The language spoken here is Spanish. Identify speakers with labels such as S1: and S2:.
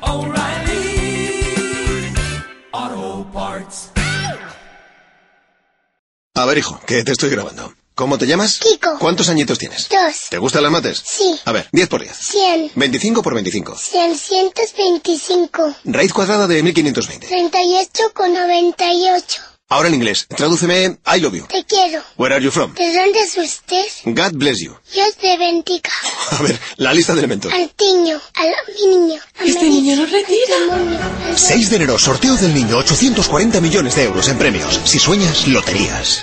S1: O'Reilly. Auto parts.
S2: A ver, hijo, que te estoy grabando. ¿Cómo te llamas?
S3: Kiko.
S2: ¿Cuántos añitos tienes?
S3: Dos.
S2: ¿Te gustan las mates?
S3: Sí.
S2: A ver, 10 por 10.
S3: 100.
S2: 25 por 25.
S3: 625.
S2: Raíz cuadrada de 1520.
S3: 38 con 98.
S2: Ahora en inglés, tradúceme I love you.
S3: Te quiero.
S2: Where are you from?
S3: ¿De dónde es usted?
S2: God bless you.
S3: Dios te bendiga.
S2: A ver, la lista de elementos.
S3: Al niño. Al mi niño. A
S4: Este
S3: mi-
S4: niño no
S3: al
S4: retira.
S3: demonio, al-
S2: 6 de enero, sorteo del niño, 840 millones de euros en premios. Si sueñas, loterías.